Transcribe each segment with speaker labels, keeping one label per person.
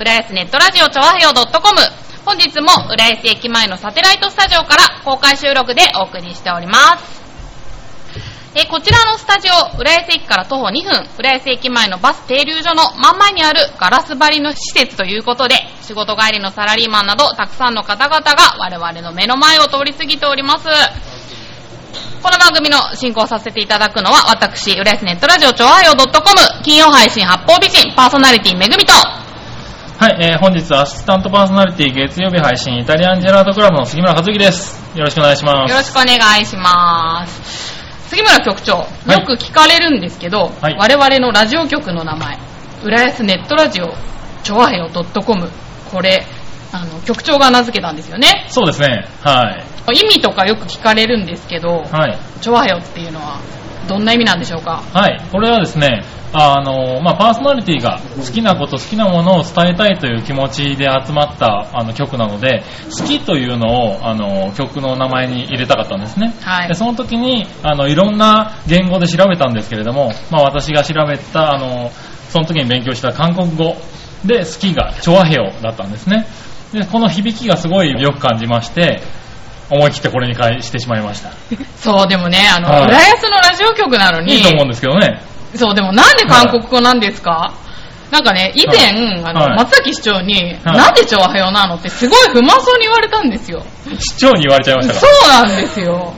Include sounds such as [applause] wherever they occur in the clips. Speaker 1: 浦安ネットラジオチョアヘオ .com 本日も浦安駅前のサテライトスタジオから公開収録でお送りしておりますえーこちらのスタジオ浦安駅から徒歩2分浦安駅前のバス停留所の真ん前にあるガラス張りの施設ということで仕事帰りのサラリーマンなどたくさんの方々が我々の目の前を通り過ぎておりますこの番組の進行をさせていただくのは私浦安ネットラジオ超愛用 .com 金曜配信八方美人パーソナリティめぐみと
Speaker 2: はい、えー、本日アシスタントパーソナリティ月曜日配信イタリアンジェラートクラブの杉村和樹です。よろしくお願いしま
Speaker 1: よろしく
Speaker 2: す。
Speaker 1: お願いします。杉村局長、
Speaker 2: い
Speaker 1: よく聞かれるんですけど、
Speaker 2: はい
Speaker 1: 我々のラジオ局の名前、浦安ネットラジオ、ちょわへよ .com、これ、あの、局長が名付けたんですよね。
Speaker 2: そうですね。はい。
Speaker 1: 意味とかよく聞かれるんですけど、
Speaker 2: はい。
Speaker 1: ちょわへよっていうのは、どんな意味なんでしょうか
Speaker 2: はい。これはですね、あの、まあ、パーソナリティが好きなこと、好きなものを伝えたいという気持ちで集まったあの曲なので、好きというのを、あの、曲の名前に入れたかったんですね。
Speaker 1: はい
Speaker 2: でその時に、あの、いろんな言語で調べたんですけれども、まあ、私が調べた、あの、その時に勉強した韓国語で、好きが、チョアヘオだったんですね。で、この響きがすごいよく感じまして、思い切ってこれに変えしてしまいました。
Speaker 1: そう、でもね、あの、
Speaker 2: はい
Speaker 1: 浦安のラジオ局なのに、
Speaker 2: いいと思うんですけどね。
Speaker 1: そう、でもなんで韓国語なんですか、なんかね、以前、
Speaker 2: はい
Speaker 1: あの、
Speaker 2: はい
Speaker 1: 松崎市長に、
Speaker 2: はい
Speaker 1: なんで調和よなのってすごい不満そうに言われたんですよ。
Speaker 2: 市長に言われちゃいましたから。
Speaker 1: そうなんですよ。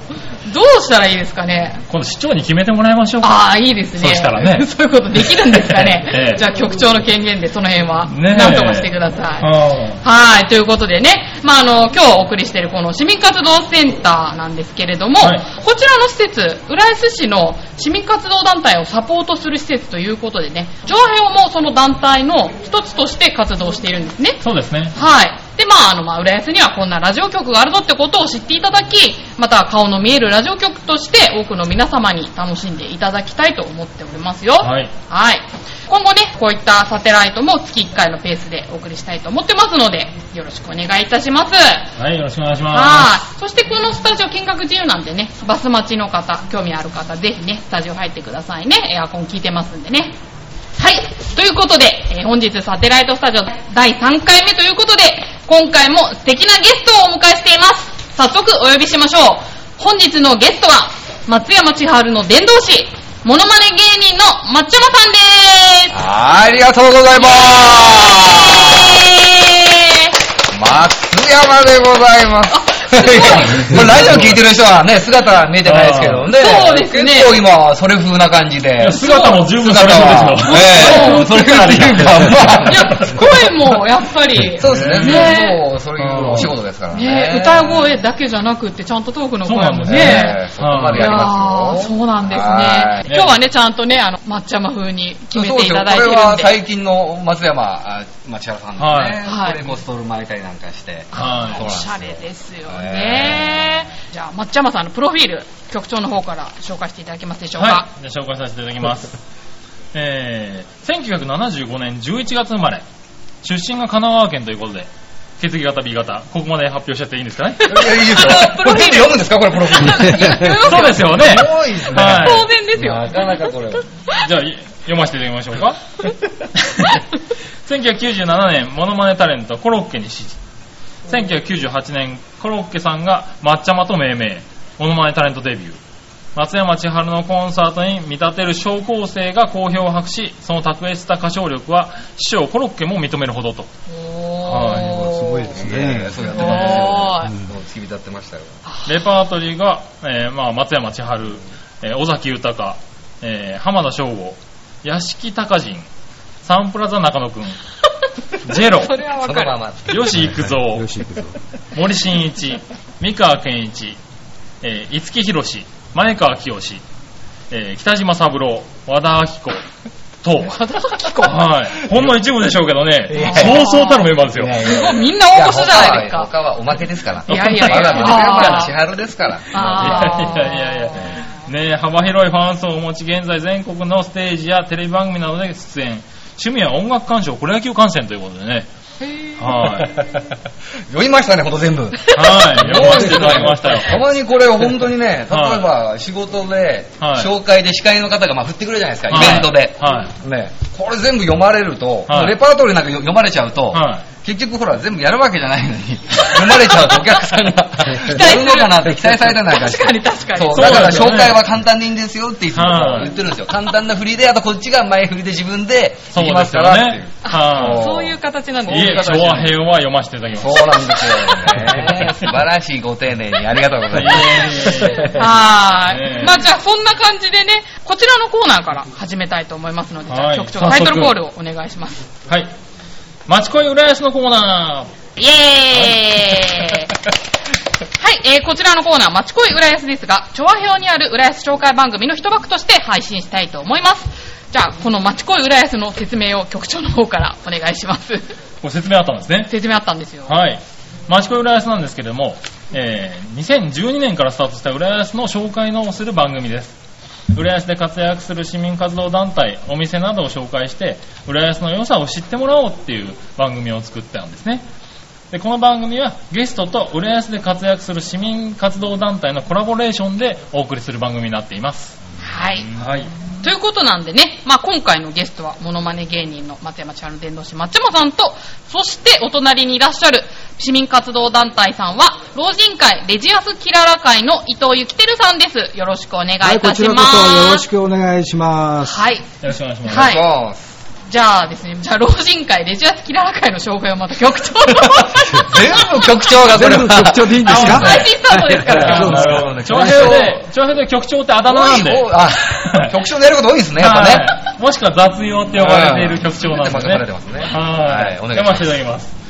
Speaker 1: どうしたらいいですかね
Speaker 2: 今度市長に決めてもらいましょうか。
Speaker 1: ああ、いいですね。
Speaker 2: そうしたらね
Speaker 1: [laughs] そういうことできるんですかね、
Speaker 2: [laughs] ええ
Speaker 1: じゃあ局長の権限でその辺は、
Speaker 2: ねえ
Speaker 1: なんとかしてください。
Speaker 2: は
Speaker 1: はい、ということでね、まあ、あの、今日お送りしているこの市民活動センターなんですけれども、
Speaker 2: はい
Speaker 1: こちらの施設、浦安市の市民活動団体をサポートする施設ということでね、上辺もその団体の一つとして活動しているんですね。
Speaker 2: そうですね。
Speaker 1: はい。で、まあ、あの、まあ、浦安にはこんなラジオ局があるぞってことを知っていただき、また顔の見えるラジオ局として多くの皆様に楽しんでいただきたいと思っておりますよ。
Speaker 2: はい。
Speaker 1: はい。今後ね、こういったサテライトも月1回のペースでお送りしたいと思ってますので、よろしくお願いいたします。
Speaker 2: はい、よろしくお願いします。
Speaker 1: はい。そしてこのスタジオ見学自由なんでね、バス待ちの方、興味ある方、ぜひね、スタジオ入ってくださいね。エアコン効いてますんでね。はい。ということで、えー本日サテライトスタジオ第3回目ということで、今回も素敵なゲストをお迎えしています。早速お呼びしましょう。本日のゲストは、松山千春の伝道師、モノマネ芸人のマッチョマさんです。
Speaker 3: ありがとうございま
Speaker 1: イエーイ
Speaker 3: す松山でございます。
Speaker 1: [laughs] あすごい
Speaker 3: これラジオ聞いてる人はね、姿見えてないですけどね。
Speaker 1: あーそうですね
Speaker 3: 結構今、それ風な感じ
Speaker 2: い
Speaker 3: で
Speaker 2: や。姿も十分それ
Speaker 3: 姿は
Speaker 2: ですよ。
Speaker 3: え
Speaker 2: [laughs]
Speaker 3: えそれ
Speaker 2: か
Speaker 3: からっていうか、まあ
Speaker 1: いや、声もやっぱり。
Speaker 3: そうですね。
Speaker 1: ね
Speaker 3: そう、そういうお仕事ですからね。
Speaker 1: ね、歌声だけじゃなくって、ちゃんとトークの声も
Speaker 2: そうなんです
Speaker 3: ね
Speaker 1: ね。
Speaker 3: そこまでやりま
Speaker 1: ー
Speaker 3: すよ。
Speaker 1: そうなんです
Speaker 3: は
Speaker 1: ね。
Speaker 2: い
Speaker 1: 今日はね、ちゃんとね、あの、抹茶間風に決め
Speaker 3: そう
Speaker 1: て
Speaker 3: で
Speaker 1: い
Speaker 3: すよ
Speaker 1: ただい
Speaker 3: こ
Speaker 1: てる
Speaker 3: れ
Speaker 1: ん
Speaker 3: は
Speaker 1: で。
Speaker 3: 最近の松山あ町原さんですね、
Speaker 1: はい
Speaker 3: これもストール巻いたりなんかして、
Speaker 2: はい
Speaker 1: おしゃれですよね
Speaker 3: ね。
Speaker 1: じゃあ、抹茶間さんのプロフィール、局長の方から紹介していただけますでしょうか
Speaker 2: は。い。じゃあ紹介させていただきます。えー、1975年11月生まれ。出身が神奈川県ということで、血液型 B 型、ここまで発表しちゃっていいんですかね
Speaker 3: いやいいですよ
Speaker 1: [laughs] あのプロフィール
Speaker 3: これ全部読むんですかこれプロフィール
Speaker 2: [laughs] そうですよね。
Speaker 3: すごいですね
Speaker 2: はい
Speaker 1: 当然ですよ。
Speaker 3: なかなか
Speaker 1: [laughs]
Speaker 3: これ
Speaker 2: じゃあ、い読ませていただきましょうか。1997年、モノマネタレント、コロッケに支持。1998年、コロッケさんが抹茶間と命名、モノマネタレントデビュー。松山千春のコンサートに見立てる小高生が好評を博し、その卓越した歌唱力は、師匠コロッケも認めるほどと。
Speaker 1: おー。すごいです。
Speaker 3: ねそうやってたんですよもう突き立ってましたよ。
Speaker 2: レパートリーが、えーまあ、松山千春、えー尾崎豊、えー浜田省吾、屋敷隆人、サンプラザ中野くん、ジェロ、
Speaker 1: それはわ
Speaker 3: そ
Speaker 1: か
Speaker 3: の
Speaker 1: る
Speaker 3: ま。ま。
Speaker 2: 吉幾三、
Speaker 4: よし行くぞ。
Speaker 2: 森進一、三河健一、えー、五木ひろし、前川清、えー、北島三郎、和田明子、と、和田明子はい。ほんの一部でしょうけど
Speaker 3: いや
Speaker 2: ね、
Speaker 3: い
Speaker 2: そ
Speaker 3: や
Speaker 2: うそうたるメンバーですよ。
Speaker 1: すごい、みんな大御所じゃないですか。
Speaker 3: いや他は他はおまけですから。
Speaker 1: いやいやいや
Speaker 3: 我が松山
Speaker 1: あー
Speaker 3: 千春ですから。
Speaker 1: あー
Speaker 2: いやいやいやいやねえ幅広いファン層を持ち、現在全国のステージやテレビ番組などで出演。趣味は音楽鑑賞、プロ野球観戦ということでね。
Speaker 1: へー
Speaker 2: はい。
Speaker 3: 読みましたね、ほんと全部。
Speaker 2: はい。
Speaker 3: [laughs]
Speaker 2: 読ませていただきましたよ。
Speaker 3: たまにこれ本当にね、例えば仕事で、
Speaker 2: はい
Speaker 3: 紹介で司会の方がまあ振ってくるじゃないですか、イベントで。
Speaker 2: はい。
Speaker 3: ね、これ全部読まれると、
Speaker 2: はい
Speaker 3: レパートリーなんか読まれちゃうと、
Speaker 2: は
Speaker 3: 結局ほら、全部やるわけじゃないのに、 [laughs] 読まれちゃうとお客さんが、
Speaker 1: 期待する
Speaker 3: やるのかなって期待されたりなんかして。
Speaker 1: 確かに確かに
Speaker 3: そう、
Speaker 2: そう
Speaker 3: だから
Speaker 2: なんですよね
Speaker 3: 紹介は簡単でいいんですよっていつも
Speaker 2: はい
Speaker 3: 言ってるんですよ。簡単な振りで、あとこっちが前振りで自分で
Speaker 2: い。そ
Speaker 3: 行き
Speaker 2: う
Speaker 3: ま
Speaker 2: ですす
Speaker 3: か
Speaker 2: よ
Speaker 3: らってい
Speaker 2: ね
Speaker 3: う。。
Speaker 2: はい。
Speaker 1: そういう形なんです
Speaker 2: いえ、
Speaker 1: ね。
Speaker 2: 調和平和は読ませていただき
Speaker 3: そ
Speaker 2: ま
Speaker 3: う
Speaker 2: す。
Speaker 3: なんですよね。素晴らしいご丁寧にありがとうございます。
Speaker 2: いえいえいえ
Speaker 1: は
Speaker 2: ね
Speaker 1: ー
Speaker 2: え
Speaker 1: い。まあじゃあそんな感じでね、こちらのコーナーから始めたいと思いますので、じゃ
Speaker 2: は
Speaker 1: あ
Speaker 2: い
Speaker 1: 局長
Speaker 2: 早
Speaker 1: タイ
Speaker 2: 速
Speaker 1: トルコールをお願いします。
Speaker 2: はい。町恋浦安のコーナー。
Speaker 1: イエーイは
Speaker 2: [laughs]
Speaker 1: い、えー、こちらのコーナー、町恋浦安ですが、調和表にある浦安紹介番組の一枠として配信したいと思います。じゃあ、この町恋浦安の説明を局長の方からお願いします。
Speaker 2: ご説明あったんですね。
Speaker 1: 説明あったんですよ。
Speaker 2: はい。町恋浦安なんですけれども、えー2012年からスタートした浦安の紹介のをする番組です。浦安で活躍する市民活動団体、お店などを紹介して、浦安の良さを知ってもらおうっていう番組を作ったんですね。で、この番組はゲストと浦安で活躍する市民活動団体のコラボレーションでお送りする番組になっています。
Speaker 1: はい。
Speaker 2: はい。
Speaker 1: ということなんでね、まあ、今回のゲストはモノマネ芸人の松山千春伝道師松山さんとそしてお隣にいらっしゃる市民活動団体さんは老人会レジアスキララ会の伊藤幸輝さんですよろしくお願いいたし
Speaker 4: はい、
Speaker 1: ま
Speaker 4: こ
Speaker 1: す
Speaker 4: ちらこそよろしくお願いします。
Speaker 1: はい
Speaker 2: よろしくお願いします。
Speaker 1: はい
Speaker 3: そう
Speaker 1: じゃあですねじゃあ老人会レジアスキララ会の紹介をまた局長の
Speaker 3: 全部局長がこれ
Speaker 4: [laughs] 全部局長でいいんですか
Speaker 1: あ最近スタートですから
Speaker 2: あ
Speaker 4: そう
Speaker 2: ー
Speaker 4: です
Speaker 2: [laughs] な
Speaker 4: か
Speaker 2: るほどね長編で、長編で局長ってあだ名なんで。
Speaker 3: 多い方あ、局長でやること多いですね、やっぱね。
Speaker 2: はいもしくは雑用って呼ばれている局長なんですね。
Speaker 3: 出てます出てますね
Speaker 2: はい。
Speaker 3: はいお願いします
Speaker 2: 出ましていただきます。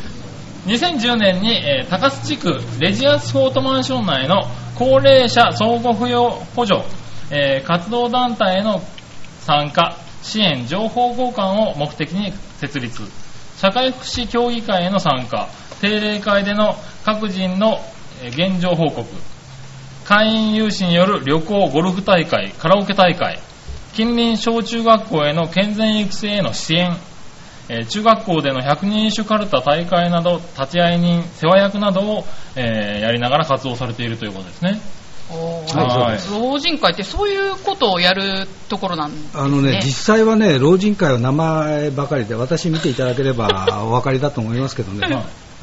Speaker 2: 2010年に、えー高須地区レジアスフォートマンション内の高齢者相互扶養補助、えー活動団体への参加、支援、情報交換を目的に設立、社会福祉協議会への参加、定例会での各人のえー現状報告、会員有志による旅行、ゴルフ大会、カラオケ大会、近隣小中学校への健全育成への支援、えー中学校での百人一首かるた大会など、立ち会い人、世話役などを、えーやりながら活動されているということですね。
Speaker 1: おー
Speaker 2: はい
Speaker 1: 老人会ってそういうことをやるところなんですね
Speaker 4: あのね、実際はね、老人会は名前ばかりで、私見ていただければお分かりだと思いますけどね、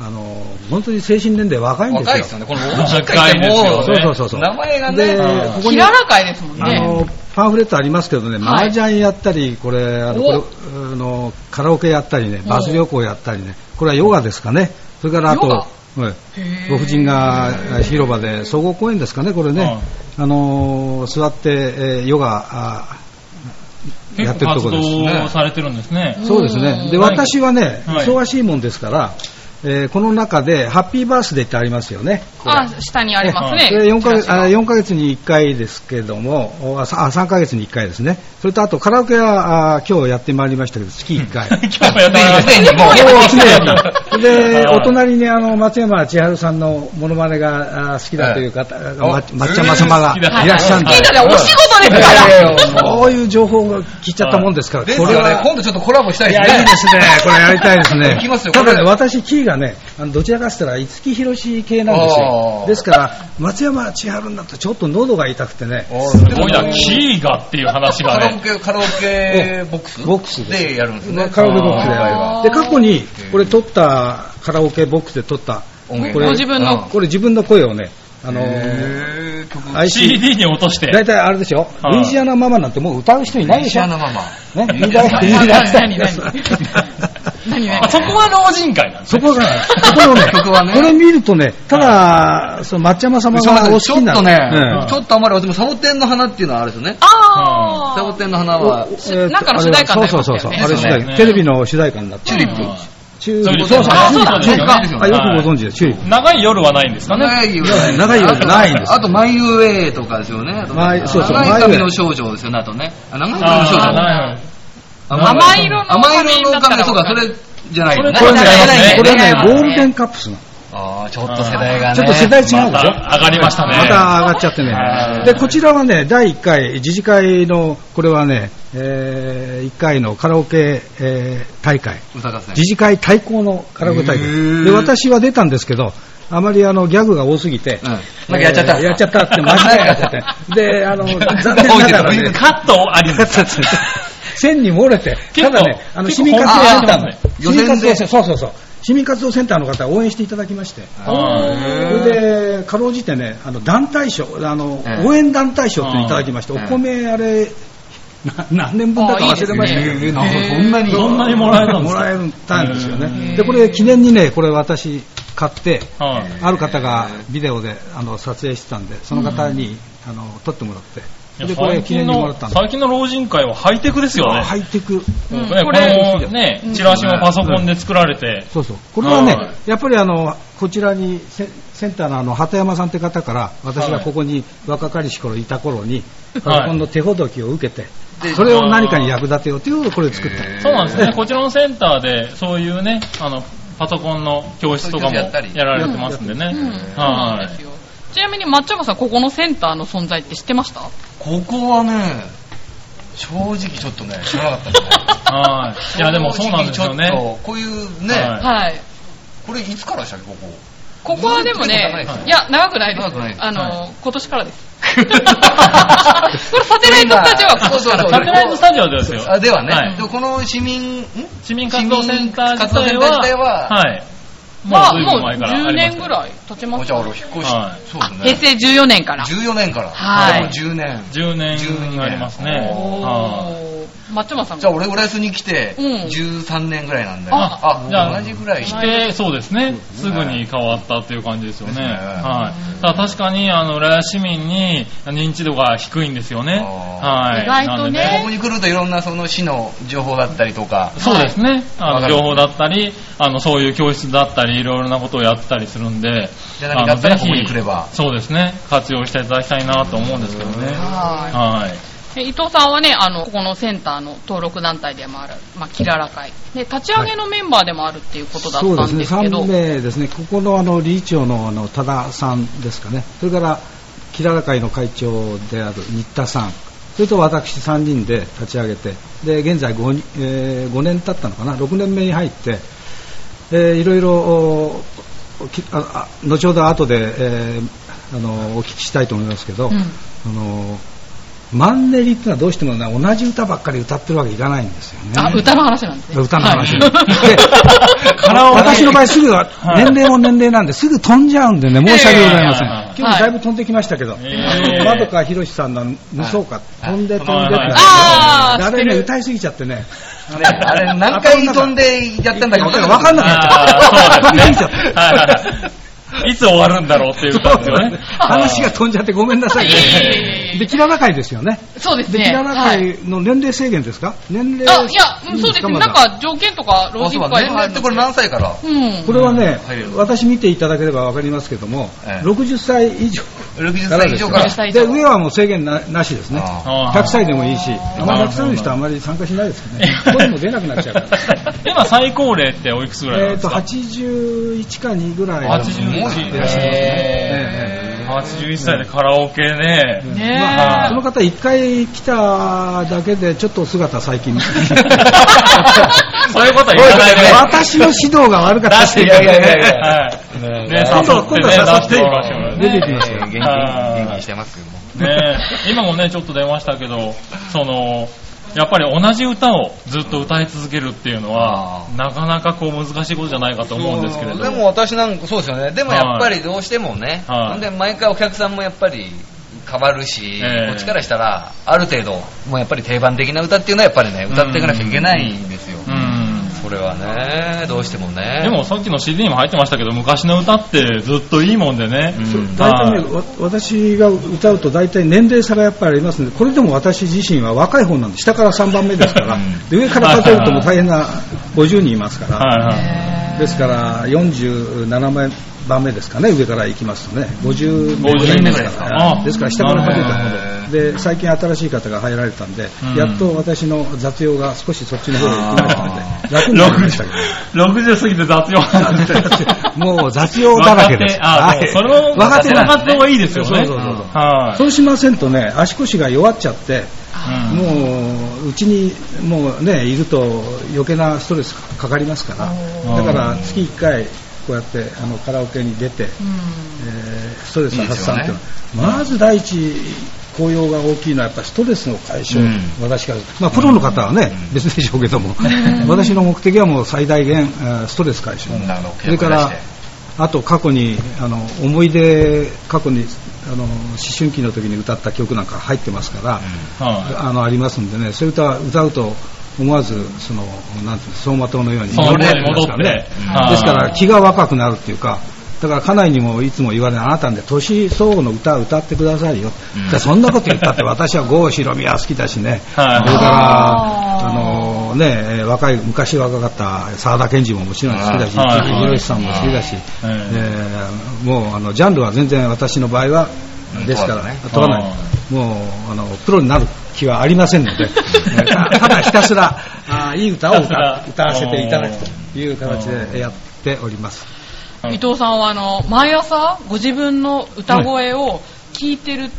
Speaker 4: あの本当に精神年齢若いんですよ。
Speaker 3: 若いですよね、この
Speaker 2: いですよ
Speaker 3: 50回ってもう、
Speaker 4: そうそうそうそう。
Speaker 3: 名前が
Speaker 4: で、
Speaker 3: ね、
Speaker 2: はい
Speaker 4: ここ
Speaker 1: キ
Speaker 4: に、
Speaker 1: ラ
Speaker 4: あ
Speaker 1: ラ会ですもんね
Speaker 4: の、パンフレットありますけどね、
Speaker 1: はい
Speaker 4: 麻雀やったり、これ、あの、
Speaker 1: お
Speaker 4: これあのカラオケやったりね、バス旅行やったりね、これはヨガですかね、それからあ
Speaker 1: ヨガ
Speaker 4: と、はいご婦人が広場で総合公園ですかね、これね、あのー座って、えーヨガあーや
Speaker 2: 結
Speaker 4: ってる
Speaker 2: 構
Speaker 4: とこ
Speaker 2: 活
Speaker 4: です
Speaker 2: 動
Speaker 4: ね
Speaker 2: を。されてるんですね。
Speaker 4: そうですね。で、
Speaker 2: うん
Speaker 4: 私はね、
Speaker 2: はい
Speaker 4: 忙しいもんですから、えーこの中で、ハッピーバースデーってありますよね。
Speaker 1: あ下にありますね
Speaker 4: えー4ヶ月あ4ヶ月に1回ですけども、おあさあ3ヶ月に1回ですね。それとあとカラオケはあ今日やってまいりましたけど、月1
Speaker 2: [laughs]
Speaker 4: 回。
Speaker 2: 今日もやってま
Speaker 3: 常
Speaker 2: す
Speaker 3: にもう、
Speaker 4: もうで、
Speaker 2: [laughs] はい
Speaker 4: お隣にあの松山千春さんのモノマネがあ好きだという方が、
Speaker 3: お
Speaker 4: ま抹茶マ様が
Speaker 2: 好
Speaker 4: い
Speaker 2: きだ
Speaker 4: らっしゃる
Speaker 2: [laughs]
Speaker 4: ん
Speaker 1: 好
Speaker 4: で
Speaker 1: きだねお仕事です
Speaker 3: いやいやい
Speaker 1: か
Speaker 3: や
Speaker 4: こういう情報が聞いちゃったもんですから、
Speaker 3: です
Speaker 4: これ
Speaker 3: よね
Speaker 4: は、。
Speaker 3: 今度ちょっとコラボしたい
Speaker 4: い
Speaker 3: で
Speaker 4: や、
Speaker 3: すね。
Speaker 4: いいですね。これやりたいですね。
Speaker 3: いきますよ
Speaker 4: ただ
Speaker 3: こ
Speaker 4: ね、
Speaker 3: れ
Speaker 4: 私、キーがね、あのどちらかしたら、五木ひろし系なんですよ
Speaker 3: あ。ー
Speaker 4: ですから、松山千春になるとちょっと喉が痛くてね、
Speaker 3: お
Speaker 2: すごいな、キーガっていう話
Speaker 3: カ
Speaker 4: [laughs]
Speaker 2: が
Speaker 3: ラオ
Speaker 2: ね。
Speaker 3: ケ、カラオケボックス
Speaker 4: ボックスです
Speaker 3: でやるんです
Speaker 4: まあ
Speaker 3: ね。
Speaker 4: カラオケボックスで
Speaker 1: あ
Speaker 4: や
Speaker 1: ー
Speaker 4: る。で、過去に、これ撮った、カラオケボックスで撮った、
Speaker 3: 音源
Speaker 4: これ
Speaker 1: ご自分の
Speaker 4: これ自分の声をね、あのー、
Speaker 3: へー曲
Speaker 4: IC、
Speaker 2: CD に落として。
Speaker 4: 大体あれですよ、
Speaker 2: はい
Speaker 4: ルイジアナママなんてもう歌う人いないでしょ。
Speaker 3: シアナ
Speaker 4: ね、
Speaker 3: ママ。
Speaker 4: 言い出
Speaker 3: いや
Speaker 4: した、言い出した
Speaker 1: 何何何何
Speaker 2: あ、そこは老人会なんです
Speaker 4: そ
Speaker 2: ね。
Speaker 4: こ
Speaker 3: [laughs]
Speaker 4: が、そこのね、
Speaker 3: 曲はね
Speaker 4: これ見るとね、ただ、その松山様
Speaker 3: そうなん
Speaker 4: がお
Speaker 3: で
Speaker 4: 好
Speaker 3: すち
Speaker 4: き
Speaker 3: ょ
Speaker 4: に
Speaker 3: っ
Speaker 4: なる。
Speaker 3: とね、
Speaker 2: うん
Speaker 3: ちょっとあんまり、でもサボテンの花っていうのはあるんですよね。
Speaker 1: あ
Speaker 3: サボ
Speaker 1: ー
Speaker 3: テンの花は、
Speaker 4: えーと
Speaker 1: なんかの主題歌になり
Speaker 4: そう
Speaker 1: まし
Speaker 4: そ
Speaker 1: た
Speaker 4: う
Speaker 1: よ
Speaker 4: そう、
Speaker 1: ね
Speaker 4: あれ主題
Speaker 2: そうで
Speaker 4: 歌。
Speaker 2: すね
Speaker 4: テレビの主題歌になって
Speaker 3: チューリップ。
Speaker 4: チューリップ。
Speaker 2: チューリップ
Speaker 4: そう
Speaker 2: あ
Speaker 4: チュー
Speaker 2: そ
Speaker 4: リップ
Speaker 2: うなん
Speaker 3: ですよ
Speaker 4: あよくご存知です、チューリッ
Speaker 2: うん長い夜はないんですかね。
Speaker 3: 長いよね
Speaker 4: 長いよねないんですよ
Speaker 3: あと、マイウェイとかですよね。あと
Speaker 4: マイそうそう
Speaker 3: 長い髪の少女ですよね、あとね。あ長い髪の少
Speaker 2: あー
Speaker 3: 女。
Speaker 2: ない
Speaker 1: 甘い色の
Speaker 3: 甘い色の髪
Speaker 1: だ
Speaker 3: の
Speaker 1: った
Speaker 3: そう
Speaker 1: ら
Speaker 3: か、それじゃないよね。
Speaker 4: プ。これね
Speaker 2: 長いね、
Speaker 4: これね
Speaker 1: 長い、ね
Speaker 4: ゴールデンカップスなの。
Speaker 3: ああ、ちょっと世代がね。
Speaker 4: ちょっと世代違うでしょ
Speaker 2: また上がりましたね。
Speaker 4: また上がっちゃって
Speaker 2: は
Speaker 4: ね。
Speaker 2: い
Speaker 4: で、こちらはね、第1回、自治会の、これはね、1回のカラオケえー大会。
Speaker 3: 歌合戦
Speaker 4: 自。治会対抗のカラオケ大
Speaker 3: へ
Speaker 4: 会
Speaker 3: ー
Speaker 4: で私は出たんですけどあまりあのギャグが多すぎて、
Speaker 3: うんなんかやっちゃった
Speaker 4: えーや
Speaker 2: [laughs]
Speaker 3: [laughs]
Speaker 4: っちゃったって間違えちゃってであの残念ながら、ね、
Speaker 2: カットありですか
Speaker 4: 線に漏れて、
Speaker 2: 結
Speaker 4: た
Speaker 2: 構
Speaker 4: だね、あの
Speaker 2: 結
Speaker 4: 市
Speaker 2: 構
Speaker 4: 民活動センターの
Speaker 2: 本気、
Speaker 3: でやってますね
Speaker 4: 市民活動
Speaker 3: 予
Speaker 4: セ
Speaker 3: 選
Speaker 4: ンそうそうそう、市民活動センターの方、応援していただきまして、
Speaker 2: あ
Speaker 4: それで、かろうじてね、あの団体賞、あの
Speaker 3: ええ
Speaker 4: 応援団体賞っていただきまして、お
Speaker 3: ええ
Speaker 4: 米、あれ、 [laughs] な何年分だか忘れてましたけど
Speaker 3: えーなんかそんなに。
Speaker 2: そんなにもらえたんです
Speaker 4: も
Speaker 2: から
Speaker 4: えたんですよ
Speaker 1: へー
Speaker 4: ね。で、これ記念にね、これ私買って、
Speaker 2: ーはい
Speaker 4: ある方がビデオであの撮影してたんで、その方にあの撮ってもらって、で、これ
Speaker 2: 最
Speaker 4: 記念
Speaker 2: 近
Speaker 4: にもら
Speaker 2: の
Speaker 4: ったんで。
Speaker 2: 最近の老人会はハイテクですよね。
Speaker 4: ハイテク。
Speaker 2: うんね
Speaker 1: うん
Speaker 2: こ
Speaker 4: これ
Speaker 2: れもね、チラシもパソコンで作られて、
Speaker 4: そうそう。これはね
Speaker 2: はい、
Speaker 4: やっぱりあの、こちらにセ、センターのあの、畑山さんって方から、私がここに若かりし頃いた頃に、パソコンの手ほどきを受けて、それを何かに役立てようという、これを作った。
Speaker 3: へー
Speaker 2: そうなんですね、こちらのセンターで、そういうね、あの、パソコンの教室とかも
Speaker 3: そう
Speaker 2: や
Speaker 3: いう教室やったり
Speaker 2: られてますんでね。
Speaker 1: うんそうなん
Speaker 2: は
Speaker 1: です
Speaker 2: い。
Speaker 1: よちなみに松山さんここのセンターの存在って知ってました
Speaker 3: ここはね、正直ちょっとね、知らなかっ
Speaker 1: [laughs]
Speaker 3: たですね
Speaker 2: はい。いや、でもそうなんですよね
Speaker 3: 正。直ちょっとこういうね、
Speaker 2: は
Speaker 1: はい
Speaker 3: これいつからでしたっけ、ここ。
Speaker 1: ここはでもね
Speaker 3: はい
Speaker 1: いや長くないです
Speaker 3: 長くないです
Speaker 1: あの、
Speaker 2: は
Speaker 1: 今年からですこれ
Speaker 2: [laughs]
Speaker 1: サテライトスタジオは今年から
Speaker 3: そうそうそう
Speaker 2: サテライトスタジオですよ。
Speaker 3: あではね、
Speaker 2: はい
Speaker 3: でこの市民、ん
Speaker 2: 市民活動センター自
Speaker 3: 市
Speaker 2: 体
Speaker 3: 民活動センター自体
Speaker 2: は、
Speaker 3: は
Speaker 2: はい。も
Speaker 1: まあ
Speaker 2: う随
Speaker 1: も
Speaker 2: 分
Speaker 1: う
Speaker 2: 前から
Speaker 1: 10
Speaker 2: ありま
Speaker 1: 年
Speaker 2: すね
Speaker 1: ぐらい経ちま
Speaker 3: お
Speaker 1: し
Speaker 3: じゃ
Speaker 1: た
Speaker 3: あ俺引っ越し、
Speaker 2: はい
Speaker 3: そう
Speaker 1: あ
Speaker 3: で
Speaker 1: 平
Speaker 3: すね。
Speaker 1: 成14年から
Speaker 3: 14年から。
Speaker 1: はい
Speaker 3: もう10年。
Speaker 2: 10年ありますね。
Speaker 3: 12
Speaker 1: お
Speaker 2: はい
Speaker 1: ー松山さん
Speaker 3: じゃあ俺浦安に来て
Speaker 1: うん
Speaker 3: 13年ぐらいなんで、
Speaker 1: あ
Speaker 3: あ
Speaker 2: じゃあ
Speaker 3: 同じぐらい
Speaker 2: 来て、そうですね。すぐに変わったという感じですよね。
Speaker 3: ですね
Speaker 2: はい。ただ確かに、あの、浦安市民に認知度が低いんですよね。
Speaker 3: あ
Speaker 2: はい。
Speaker 1: 意外とね
Speaker 2: なんで
Speaker 3: でここに来るといろんなその市の情報だったりとか、
Speaker 2: そうですね。あ
Speaker 3: わ
Speaker 2: の、
Speaker 3: かる
Speaker 2: 情報だったり、あの、そういう教室だったり、いろいろなことをやってたりするんで、
Speaker 3: じゃあ何かあったらここに来れば
Speaker 2: そうですね。活用していただきたいなと思うんですけどね。
Speaker 1: は
Speaker 2: はい。
Speaker 1: いえ伊藤さんはねあのここのセンターの登録団体でもある、まあ、キララ会で立ち上げのメンバーでもあるっていうことだった
Speaker 4: そうんで
Speaker 1: ですす
Speaker 4: ね、
Speaker 1: けど、
Speaker 4: 3名ですね、ここのあの理事長のあの多田さんですかね、それからキララ会の会長である新田さん、それと私3人で立ち上げて、で現在 5,、え5年経ったのかな、6年目に入って、えーいろいろおきああ後ほど後で、えーあのお聞きしたいと思いますけど、
Speaker 1: うん
Speaker 4: あのマンネリっていうのはどうしても、ね、同じ歌ばっかり歌ってるわけいかないんですよね。
Speaker 1: あ歌の話なんですね
Speaker 4: 歌の話
Speaker 1: はい
Speaker 4: で [laughs] 私の場合すぐは、
Speaker 2: い
Speaker 4: 年齢も年齢なんで、すぐ飛んじゃうんでね、申し訳ございません
Speaker 2: いやいやいやはい。
Speaker 4: 今日もだいぶ飛んできましたけど、あ
Speaker 2: ええ
Speaker 4: の窓川博さんの無双歌、飛んで飛んでって
Speaker 1: あー
Speaker 4: あ
Speaker 1: 知
Speaker 4: れ
Speaker 1: って
Speaker 4: ね、
Speaker 1: る
Speaker 4: 歌いすぎちゃってね。
Speaker 3: ね、あれ何回飛んでやったんだか分かんな
Speaker 4: 分かんなくなっちゃった
Speaker 2: あーそうですねはいはいはい。い
Speaker 4: 飛んでっちゃった
Speaker 2: つ終わるんだろうっていう感じよね。
Speaker 4: [laughs] 話が飛んじゃってごめんなさい
Speaker 1: いえいえいえ。
Speaker 4: で、キララ会ですよね。
Speaker 1: そうです
Speaker 4: で、
Speaker 1: ね
Speaker 4: キララ
Speaker 1: はい
Speaker 4: 会の年齢制限ですか年齢。
Speaker 1: あ、いや、うんそうですね。
Speaker 4: ま
Speaker 1: な
Speaker 4: だ
Speaker 1: んか条件とか、老
Speaker 3: あ
Speaker 1: 人
Speaker 3: そうだ
Speaker 1: 会
Speaker 3: 年齢ってこれ何歳から
Speaker 1: うん。
Speaker 4: これはね
Speaker 3: うん入る、
Speaker 4: 私見ていただければ分かりますけども、
Speaker 3: ええ
Speaker 4: 60歳以上
Speaker 3: ?60
Speaker 4: か
Speaker 3: 歳
Speaker 4: らで
Speaker 3: 以
Speaker 4: す
Speaker 3: 上
Speaker 4: よ
Speaker 3: から
Speaker 1: 60。歳以上
Speaker 4: で、上はもう制限ななしですね。
Speaker 3: あ
Speaker 2: あー
Speaker 4: 100歳でもいいし、あんまり100歳の人はあまり参加しないです
Speaker 2: [laughs]
Speaker 4: けどね、声も出なくなっちゃうから。
Speaker 2: 今最高齢っておいくつぐらいなん
Speaker 4: え
Speaker 2: で
Speaker 4: っ
Speaker 2: す
Speaker 4: と、
Speaker 2: か、
Speaker 4: 81か2ぐらい。
Speaker 2: 81
Speaker 4: いらっしゃいますね。ええええ
Speaker 2: 81歳でカラオケね。
Speaker 4: うん
Speaker 1: ねえ
Speaker 4: まあその方一回来ただけでちょっとお姿
Speaker 2: [laughs]
Speaker 4: 最近
Speaker 2: そういうことは言わないで。
Speaker 4: 私の指導が悪かったですね
Speaker 3: いやいやいやいや
Speaker 2: はい。ね、
Speaker 4: 今度今度
Speaker 2: ね
Speaker 4: 誘っていきましょう
Speaker 2: 出
Speaker 4: 出
Speaker 2: してて
Speaker 4: いきましょう
Speaker 3: 元気に
Speaker 2: はい
Speaker 3: 元気にしてますけども。
Speaker 2: ねえ今もね、ちょっと出ましたけど、その、やっぱり同じ歌をずっと歌い続けるっていうのは
Speaker 3: あ、
Speaker 2: なかなかこう難しいことじゃないかと思うんですけれど
Speaker 3: でも私なんかそうですよね。でもやっぱりどうしてもね、
Speaker 2: はい
Speaker 3: ほんで毎回お客さんもやっぱり変わるし、
Speaker 2: ええ
Speaker 3: こっちからしたらある程度、もうやっぱり定番的な歌っていうのはやっぱりね、歌っていかなきゃいけないんですよ。
Speaker 2: うん。
Speaker 3: それはね、どうしてもね。
Speaker 2: でもさっきの CD にも入ってましたけど、昔の歌ってずっといいもんでね。
Speaker 3: うん
Speaker 4: 大体
Speaker 2: は
Speaker 4: ね、わ私が歌うと大体年齢差がやっぱりありますので、これでも私自身は若い方なんで、下から3番目ですから
Speaker 3: うん、
Speaker 4: で上から数えるともう大変な50人いますから、
Speaker 2: はいはい。
Speaker 4: ですから47番目ですかね、上から行きますとね、
Speaker 2: 50
Speaker 4: 50人
Speaker 2: 目
Speaker 4: 目
Speaker 2: ぐ
Speaker 4: で
Speaker 2: らいですす
Speaker 4: か、
Speaker 2: からあ
Speaker 4: ですから下から数えた
Speaker 3: へ
Speaker 4: ほど、で最近新しい方が入られたんで、
Speaker 2: うん
Speaker 4: やっと私の雑用が少しそっちの方に行きましたので、楽になりましたけど。
Speaker 2: 60過ぎて雑用なんで
Speaker 4: もう雑用だらけです。
Speaker 2: 若手あ、そうそれも、
Speaker 4: 若手なんで
Speaker 2: 若手の方がいいですよね。
Speaker 4: そうそうそうそう
Speaker 2: はい。
Speaker 4: そうしませんとね、足腰が弱っちゃって、
Speaker 2: うん
Speaker 4: もう、うちにもうね、いると余計なストレスかかりますから、だから月1回、こうやってあのカラオケに出て、
Speaker 1: うん
Speaker 4: えーストレス発散っていうのはまず第一効用が大きいのはやっぱりストレスの解消、
Speaker 3: うん
Speaker 4: 私から、まあ、プロの方はね、
Speaker 3: うん
Speaker 4: 別でしょうけども、私の目的はもう最大限、えーストレス解消、
Speaker 3: なるほど
Speaker 4: それから
Speaker 3: 結構出し
Speaker 4: あと過去にあの思い出過去にあの思春期の時に歌った曲なんか入ってますから、
Speaker 2: はい
Speaker 4: あのありますんでねそういう歌は歌うと思わずそのなんていうの走馬灯のように
Speaker 2: その
Speaker 4: 戻
Speaker 2: 戻
Speaker 4: っ
Speaker 2: ってて
Speaker 4: きますからね
Speaker 2: うんはい
Speaker 4: ですから気が若くなるっていうかだから家内にもいつも言われるあなたね年相応の歌を歌ってくださいよ、
Speaker 3: うん
Speaker 4: でそんなこと言ったって私は郷ひろみは好きだしね、
Speaker 3: [laughs]
Speaker 2: はい
Speaker 4: それから
Speaker 1: あー
Speaker 4: あの、ね、えー若い昔若かった沢田研二ももちろん好きだし
Speaker 2: はい
Speaker 4: 菊池宏さんも好きだし、
Speaker 2: うん
Speaker 4: えーもうあのジャンルは全然私の場合は
Speaker 3: うん
Speaker 4: ですから、
Speaker 3: 問わずね
Speaker 4: 問わないもうあのプロになる気はありません [laughs] ので、たただひたすらあーいい歌を
Speaker 2: ひたす
Speaker 4: 歌
Speaker 2: ら
Speaker 4: 歌わせていただくという形でやっております。
Speaker 2: うん
Speaker 5: 伊藤さんはあの毎朝ご自分の歌声を聞いてる、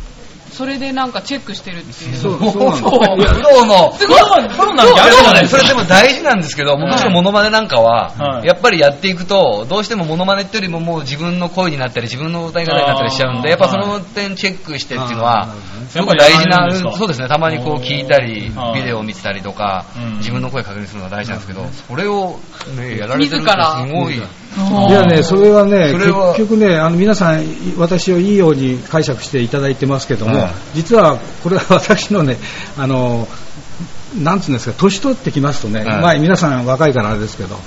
Speaker 5: それでなんかチェックしてるっていう
Speaker 4: そうそう
Speaker 3: [laughs]
Speaker 4: なん
Speaker 5: そう
Speaker 3: いやプロの
Speaker 5: すごい
Speaker 2: プロなんてあるじゃないです
Speaker 3: そ
Speaker 2: か
Speaker 3: れでも大事なんですけど、昔のモノマネなんかは
Speaker 2: は、い
Speaker 3: やっぱりやっていくと、どうしてもモノマネってよりももう自分の声になったり、自分の歌い方になったりしちゃうんで、
Speaker 2: あー
Speaker 3: やっぱその点チェックしてっていうの
Speaker 4: あ
Speaker 3: は
Speaker 4: ーなるほどね、
Speaker 3: すごく大事
Speaker 2: やっぱりやられるん
Speaker 3: な
Speaker 2: ですか、
Speaker 3: そうですね、たまにこう聞いたり
Speaker 2: おー、
Speaker 3: ビデオを見てたりとか
Speaker 2: うん、
Speaker 3: 自分の声確認するのは大事なんですけど、それをねやられてる
Speaker 5: 自ら
Speaker 3: のすごい。
Speaker 4: いやね、それはね、
Speaker 3: それは
Speaker 4: 結局ね、あの皆さん、い私をいいように解釈していただいてますけども、
Speaker 3: うん
Speaker 4: 実はこれは私のね、あの、なんつうんですか、年取ってきますとね、
Speaker 3: ん
Speaker 4: まあ皆さん若いからあれですけど、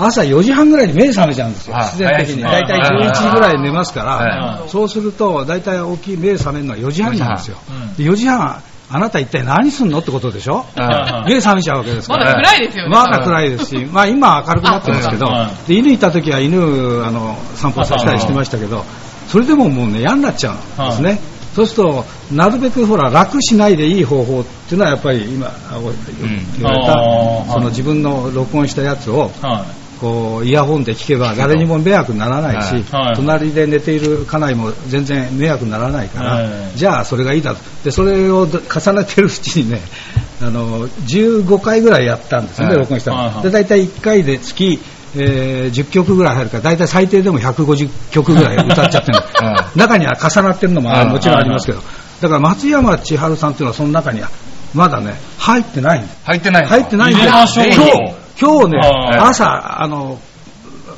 Speaker 4: 朝4時半ぐらいに目覚めちゃうんですよ、
Speaker 3: はい
Speaker 4: 自然的に。
Speaker 3: 早
Speaker 4: 大
Speaker 2: いです
Speaker 4: 体
Speaker 2: ね
Speaker 4: 11時ぐらいに寝ますか
Speaker 2: はい
Speaker 4: ら、そうすると、大体大きい目覚めるのは4時半なんですよ
Speaker 2: 4時半。
Speaker 4: で4時半、あなた一体何すんのってことでしょ
Speaker 3: うん
Speaker 4: 目覚めちゃうわけですか
Speaker 5: ま
Speaker 4: ら。
Speaker 5: だ暗いですよね、
Speaker 4: まだ暗いですし、まあ今は明るくなってますけど
Speaker 2: あ、
Speaker 4: で犬いた時は犬あの散歩させたりしてましたけど、それでももうね嫌になっちゃうんです
Speaker 2: は
Speaker 4: ね。そうするとなるべくほら楽しないでいい方法っていうのはやっぱり今あお言われた、
Speaker 2: あー
Speaker 4: そ
Speaker 2: はい
Speaker 4: の自分の録音したやつを
Speaker 2: はい
Speaker 4: こうイヤホンで聞けば誰にも迷惑にならないし、
Speaker 2: はい
Speaker 4: 隣で寝ている家内も全然迷惑にならないから、
Speaker 2: はい
Speaker 4: じゃあそれがいいだとでそれを [laughs] ど重ねてるうちにねあの15回ぐらいやったんですよね、
Speaker 3: はい
Speaker 4: 録音したの、
Speaker 2: はいはい
Speaker 4: で大体1回で月、えー10曲ぐらい入るから大体最低でも150曲ぐらい歌っちゃってる、
Speaker 3: は
Speaker 4: 中には重なってるのもあ
Speaker 3: はい
Speaker 4: もちろんありますけど、だから松山千春さんっていうのはその中にはまだね入ってないんです
Speaker 3: 入ってないの
Speaker 4: 入ってないんで
Speaker 2: 入れましょう
Speaker 4: 今日
Speaker 2: よ
Speaker 4: 今日ね
Speaker 2: はい
Speaker 4: 朝あの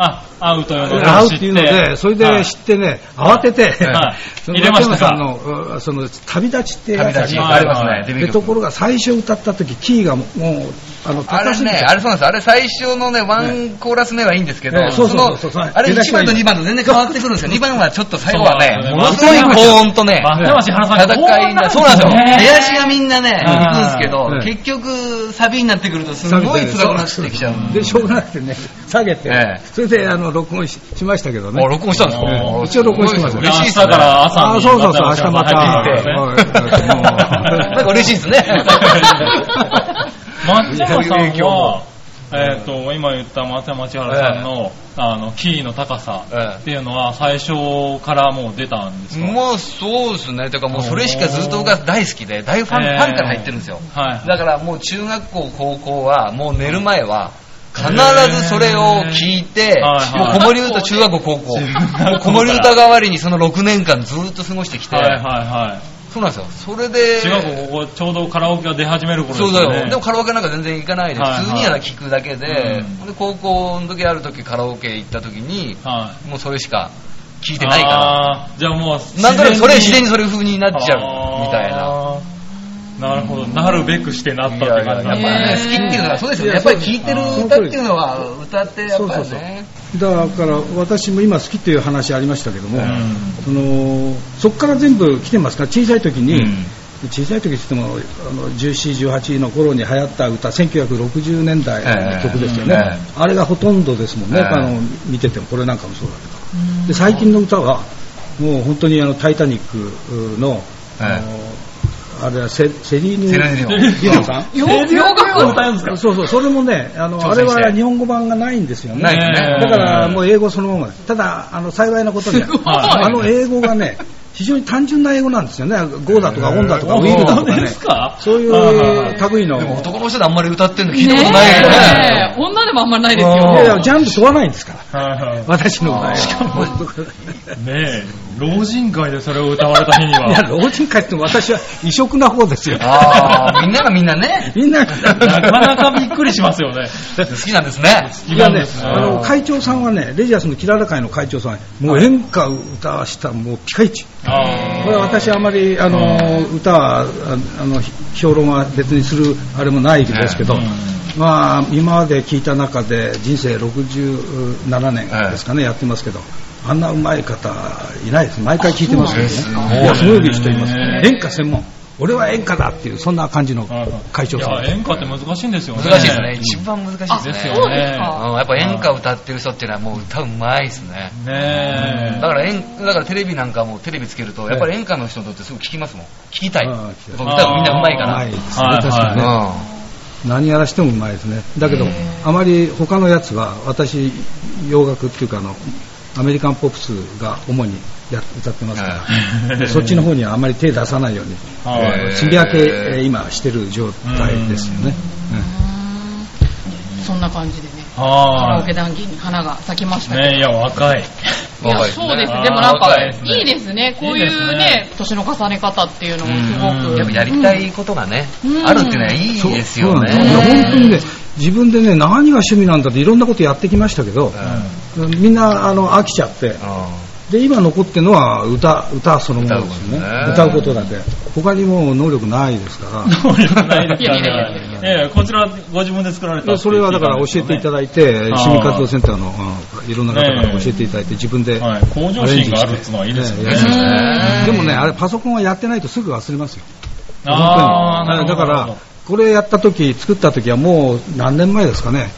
Speaker 2: あ、アウトよの
Speaker 4: 会うっていうので、それで知ってね、慌てて
Speaker 2: はい、
Speaker 4: その
Speaker 2: 入れましたか
Speaker 4: 松山さんの、うんその、旅立ちっていう
Speaker 3: 旅
Speaker 4: やつ
Speaker 3: 立ちありますね、デビュ
Speaker 4: で、
Speaker 3: ー
Speaker 4: と
Speaker 3: 曲
Speaker 4: ころが最初歌った時、キーがもう、もうあの、
Speaker 3: あ
Speaker 4: 高
Speaker 3: れ
Speaker 4: すぎ
Speaker 3: ね、
Speaker 4: て。
Speaker 3: あれそうなんです。あれ最初のね、ワンコーラス目はいいんですけど、
Speaker 4: ええそうそうそうそう
Speaker 3: のあれ
Speaker 4: 出だし
Speaker 3: 1
Speaker 4: はい
Speaker 3: 番
Speaker 4: い
Speaker 3: と2番と全然変わってくるんですよ。2番はちょっと最後はね、
Speaker 2: そうな
Speaker 3: もの
Speaker 2: んですす
Speaker 3: ご
Speaker 2: よ
Speaker 3: い高音とね、
Speaker 2: 松山市原さんが
Speaker 3: 戦いな、そうなんですよ。出だしがみんなね、
Speaker 2: うん
Speaker 3: 行くんですけど
Speaker 4: うん、
Speaker 3: 結局サビになってくるとすごい辛くなってきちゃうん
Speaker 4: で、しょうがなくてね、下げて
Speaker 3: ええ、
Speaker 4: それで、あの、録音ししましたけどね
Speaker 3: あ。録音したんですか
Speaker 2: ええ
Speaker 4: 一応録音してますよ
Speaker 3: 嬉しいです
Speaker 2: 朝か
Speaker 3: ね。
Speaker 2: ら朝に
Speaker 4: あーそうそうそう、明日また。
Speaker 2: 入ってきて
Speaker 4: はいもう
Speaker 3: なんか嬉しいですね。
Speaker 2: [laughs] 松山さ
Speaker 3: そういう影
Speaker 2: ん
Speaker 3: 響も
Speaker 4: [laughs]
Speaker 2: は、えっ、と、今言った松山千原さんの、あの、キーの高さっていうのは最初からもう出たんですか、
Speaker 3: もうそうですね。てかもうそれしかずっと僕が大好きで、大ファン、
Speaker 2: ええ
Speaker 3: ファンから入ってるんですよ。
Speaker 2: はい。
Speaker 3: だからもう中学校、高校はもう寝る前は必ずそれを聞いて、
Speaker 2: へーはいはい
Speaker 3: もう子守歌、中学校、高校、もう子守歌代わりにその6年間ずっと過ごしてきて、
Speaker 2: はいはいはい。
Speaker 3: そうなんですよ。それで、
Speaker 2: 中学校ここちょうどカラオケが出始める頃です
Speaker 3: そ
Speaker 2: よ
Speaker 3: う
Speaker 2: ね。
Speaker 3: だよ。でもカラオケなんか全然行かないで、
Speaker 2: はいはい
Speaker 3: 普通には聞くだけで、
Speaker 2: うん
Speaker 3: で高校の時ある時カラオケ行った時に、
Speaker 2: は
Speaker 3: もうそれしか聞
Speaker 2: い。
Speaker 3: いてないから、
Speaker 2: あーじゃあもう、
Speaker 3: なんとなくそれ自然にそれ風になっちゃうみたいな。
Speaker 2: あー。なるほど、なるべくしてなったっ
Speaker 3: い
Speaker 2: て
Speaker 3: やい
Speaker 2: 感
Speaker 3: や
Speaker 2: じ
Speaker 3: や
Speaker 2: な
Speaker 3: っ
Speaker 2: ん
Speaker 3: ぱ
Speaker 2: だ
Speaker 3: ね、
Speaker 2: ね。
Speaker 3: 好きっていうのはそうですよね。
Speaker 4: い
Speaker 3: や
Speaker 4: や
Speaker 3: っ
Speaker 4: そ
Speaker 3: ぱ
Speaker 4: う
Speaker 3: り聴いてる歌っていうのは、歌ってやっぱ
Speaker 4: そう
Speaker 3: り
Speaker 4: そう
Speaker 3: ね。
Speaker 4: だから私も今好きっていう話ありましたけども、
Speaker 2: うん
Speaker 4: そのそこから全部来てますから小さい時
Speaker 3: う
Speaker 4: に、
Speaker 3: ん
Speaker 4: 小さい時って言ってもあの14、18の頃に流行った歌1960年代の曲ですよね、
Speaker 3: ええ
Speaker 4: あれがほとんどですもんね、
Speaker 3: ええ
Speaker 4: あの見ててもこれなんかもそうだけどで最近の歌はもう本当にあの「タイタニックの」
Speaker 3: ええ
Speaker 4: あのあれはセセリーヌ・
Speaker 3: セリーヌディ
Speaker 4: ディオンさん
Speaker 5: [laughs] 洋楽
Speaker 2: 歌うんですか
Speaker 4: そうそう、それもね、あの、
Speaker 3: 挑
Speaker 4: あれ
Speaker 3: 戦して
Speaker 4: は日本語版がないんですよね。
Speaker 3: ないですね
Speaker 4: だからもう英語そのままです。ただ、あの、幸いなことに、あの英語がね、非常に単純な英語なんですよね。GO だとか ON だとか WILL だとか
Speaker 2: そうで
Speaker 4: ね
Speaker 2: すか。
Speaker 4: そうい
Speaker 2: はいはいは
Speaker 4: う
Speaker 2: い
Speaker 4: 類の。
Speaker 3: でも
Speaker 4: い
Speaker 3: 男の人であんまり歌ってるの聞いたことないよ
Speaker 5: ね
Speaker 3: ね。
Speaker 5: え女でもあんまりないですよ
Speaker 3: うん
Speaker 4: やいや、ジャンル問わないんですから。
Speaker 2: はいはい
Speaker 4: 私の
Speaker 3: あ
Speaker 4: 歌
Speaker 3: ー
Speaker 4: しかも
Speaker 2: ねえ、老人会でそれを歌われた日に
Speaker 4: いや
Speaker 2: は、
Speaker 4: 老人会っても私は異色な方ですよ
Speaker 3: ああ、みんながみんなね、
Speaker 4: みんな
Speaker 2: なかなかびっくりしますよね。
Speaker 3: 好きなんですね。
Speaker 2: 好
Speaker 4: い
Speaker 2: き
Speaker 4: や
Speaker 2: なん
Speaker 4: ね
Speaker 2: です、ね。
Speaker 4: あの会長さんはね、レジャースのキララ会の会長さんは、もう演歌を歌わした、もうピカイチ、これは私、あまりあの歌はああの評論は別にするあれもないですけど、
Speaker 2: うん
Speaker 4: まあ、今まで聞いた中で、人生67年ですかね、やってますけど、あんなうまい方いないです、毎回聞いてますけどね、
Speaker 3: そうです
Speaker 4: い
Speaker 3: か
Speaker 4: やすごい人います、
Speaker 2: へえ
Speaker 4: 演歌専門、俺は演歌だっていう、そんな感じの会長さん
Speaker 2: い。や、演歌って難しいんですよね。
Speaker 3: 難しいですね。一番難しいです
Speaker 2: です
Speaker 3: ね。
Speaker 2: よね。
Speaker 3: うんやっぱ演歌歌ってる人っていうのはもう歌うまいですね。
Speaker 2: ねえ。
Speaker 3: だから演だからテレビなんかもテレビつけると、やっぱり演歌の人にとってすごく聞きますもん。聞きたい。
Speaker 4: あ
Speaker 3: や
Speaker 4: あ
Speaker 3: っぱ歌がみんなうまいか
Speaker 4: うま
Speaker 3: ら。
Speaker 4: いですね、
Speaker 2: はいはい
Speaker 4: 確かにね。
Speaker 3: う
Speaker 4: 何やらしてもうまいですねだけどあまり他のやつは私洋楽っていうかあのアメリカンポップスが主にや歌ってますから、そっちの方にはあまり手出さないように
Speaker 2: はい
Speaker 3: へえ
Speaker 4: すり分けえー今してる状態ですよね、
Speaker 5: そんな感じでね、カラオ
Speaker 2: は
Speaker 5: ケ談義に花が咲きまし
Speaker 2: い。
Speaker 5: たけど。
Speaker 2: ねえ、いや、若い。
Speaker 3: ん。
Speaker 5: いや
Speaker 3: 若い
Speaker 5: そうです
Speaker 2: あー
Speaker 5: ね。でもなんか
Speaker 3: 若いです、ね
Speaker 5: いいですね。こうい
Speaker 2: いいです
Speaker 5: う
Speaker 2: ね
Speaker 5: ね、年の重ね方っていうのもすご
Speaker 2: うん
Speaker 5: く。
Speaker 3: やっぱやりたいことがね、
Speaker 5: うん
Speaker 3: あるっていうのはいい
Speaker 4: そう
Speaker 3: ですよね。
Speaker 4: そうなんですいや本当にね自分でね何が趣味なんだっていろんなことやってきましたけど、みんなあの飽きちゃってで今残ってるのは歌歌そのものですよね
Speaker 3: 歌
Speaker 4: 歌
Speaker 3: う
Speaker 4: う
Speaker 3: こ
Speaker 4: こととだけ他にもう能力ないで
Speaker 2: [laughs]
Speaker 4: すから
Speaker 2: 能力ないです
Speaker 5: いや
Speaker 2: か
Speaker 5: いやいや
Speaker 2: らね。いやいや、こちらご自分で作られたって聞いたんです
Speaker 4: そ
Speaker 2: よね。
Speaker 4: れはだから教えていただいて、
Speaker 2: あー
Speaker 4: 市民活動センターのうんいろんな方から教えていただいて、自分でア
Speaker 2: は
Speaker 4: レ
Speaker 2: い
Speaker 4: ンジして。
Speaker 2: 向上心があるっていうのはいいですよね
Speaker 4: え
Speaker 3: うん
Speaker 4: え
Speaker 3: うん
Speaker 4: [laughs] でもね、あれ、パソコンはやってないとすぐ忘れますよ。
Speaker 2: あーなる
Speaker 4: 本当
Speaker 2: ほ
Speaker 4: に
Speaker 2: ど
Speaker 4: だから、これやった時作った時はもう何年前ですかね、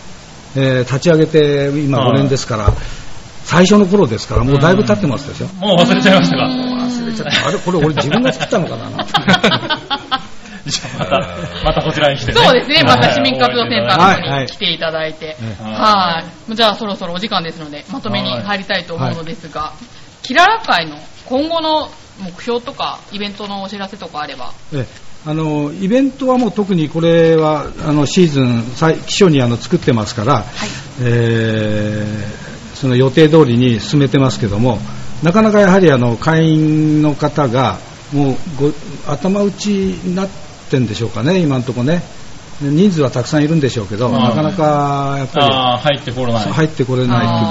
Speaker 4: えー立ち上げて今5年ですから、最初の頃ですから、もうだいぶ経ってま
Speaker 2: [laughs]
Speaker 4: すでしょ。
Speaker 2: もう忘れちゃいましたか。
Speaker 4: 忘れちゃったあれ、これ俺自分が作ったの
Speaker 2: [laughs]
Speaker 4: かななんて
Speaker 2: じゃあまた、またこちらに来て
Speaker 5: [laughs]
Speaker 2: ね。
Speaker 5: そうですね。また市民活動センターの方
Speaker 4: はい
Speaker 5: に来ていただいて。
Speaker 2: はい
Speaker 5: はい。じゃあそろそろお時間ですので、まとめに入りたいと思うのですが、キララ会の今後の目標とか、イベントのお知らせとかあれば。
Speaker 4: ええあのイベントはもう特にこれはあのシーズン最基礎にあの作ってますから、えーその予定通りに進めてますけどもなかなかやはりあの会員の方がもうご頭打ちになってんでしょうかね今のところね人数はたくさんいるんでしょうけど、
Speaker 2: うん
Speaker 4: なかなかやっぱり
Speaker 2: ああ、入ってこれない。
Speaker 4: 入ってこれないって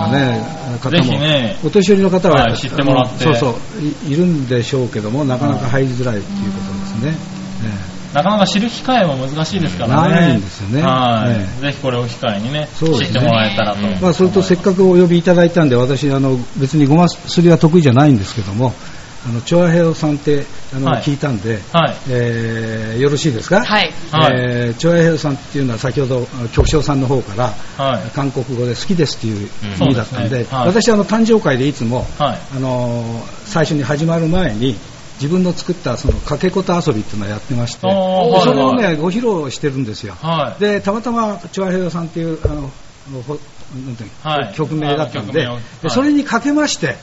Speaker 4: いうかね、
Speaker 2: ぜ
Speaker 4: 方
Speaker 2: ひ
Speaker 4: も、
Speaker 2: ね
Speaker 4: お年寄りの方は、
Speaker 2: はい知ってもらって
Speaker 4: そうそうい、いるんでしょうけども、なかなか入りづらいっていうことですね。え
Speaker 2: なかなか知る機会も難しいですからね。
Speaker 4: ないんですよね
Speaker 2: はい、
Speaker 4: え
Speaker 2: ぜひこれを機会にね、
Speaker 4: そうです
Speaker 2: 知
Speaker 4: ね
Speaker 2: ってもらえたらと。
Speaker 4: えまあ、それとせっかくお呼びいただいたんで、私、あの別にごますりは得意じゃないんですけども、あの調和平さんってあの、
Speaker 2: はい
Speaker 4: 聞いたんで、
Speaker 2: はい。
Speaker 4: えーよろしいですか、
Speaker 5: はい。
Speaker 2: はい
Speaker 4: えー、長平さんっていうのは先ほどあの局長さんの方から、
Speaker 2: はい
Speaker 4: 韓国語で好きですっていう
Speaker 2: うん
Speaker 4: 意味だったん
Speaker 2: そう
Speaker 4: で,、
Speaker 2: ですねはい
Speaker 4: 私あの誕生会でいつも、
Speaker 2: はい
Speaker 4: あのー最初に始まる前に自分の作ったその掛け事遊びっていうのをやってまして
Speaker 2: おーはいはい
Speaker 4: それをねご披露してるんですよ、
Speaker 2: はい
Speaker 4: でたまたま長平さんっていうあのほなんていうの
Speaker 2: はい
Speaker 4: 曲名だったんで,、
Speaker 2: あの曲名をは
Speaker 4: で
Speaker 2: い
Speaker 4: それにかけまして、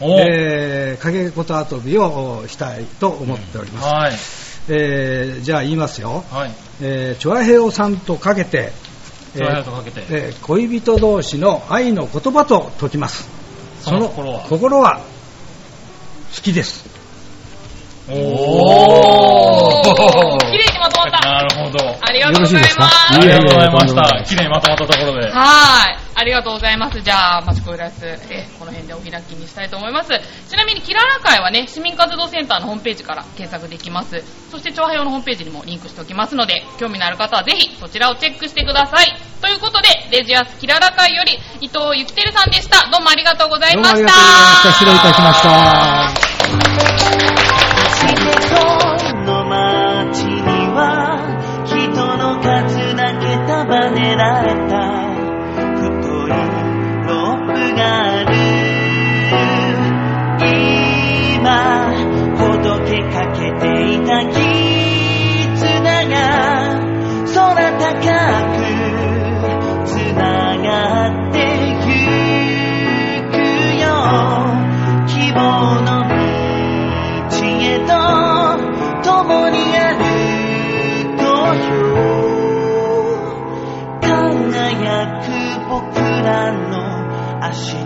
Speaker 2: お
Speaker 4: えー掛け事遊びをしたいと思っております、
Speaker 2: はい。
Speaker 4: えーじゃあ言いますよ、
Speaker 2: はい。
Speaker 4: えー、チョアヘオさんとかけて、え
Speaker 2: チョアヘオ
Speaker 4: ー
Speaker 2: とかけて
Speaker 4: えー恋人同士の愛の言葉と解きます。
Speaker 2: その心は
Speaker 4: 心は好きです。
Speaker 2: お
Speaker 3: おー
Speaker 5: 綺麗にまとまった。
Speaker 2: なるほど。
Speaker 5: ありがとうござい
Speaker 4: よろしいですか
Speaker 5: ます
Speaker 2: あ。りがとうございまし
Speaker 4: いやいやい
Speaker 2: た。
Speaker 4: や
Speaker 2: 綺麗にまとまったところで。
Speaker 5: はい。ありがとうございます。じゃあ、マチコイラス、えーこの辺でお開きにしたいと思います。ちなみに、キララ会はね、市民活動センターのホームページから検索できます。そして、長平用のホームページにもリンクしておきますので、興味のある方はぜひ、そちらをチェックしてください。ということで、レジアスキララ会より、伊藤ゆきてるさんでした。どうもありがとうござい
Speaker 4: どう
Speaker 5: ま
Speaker 4: も
Speaker 5: した。
Speaker 4: ありがとうございました。失礼いたしました。
Speaker 6: の街には人の数だけ束ねられた太いロープがある今ほどけかけていた絆が空高くつながってゆくよ希望の道へと共に歩こうよ輝く僕らの明し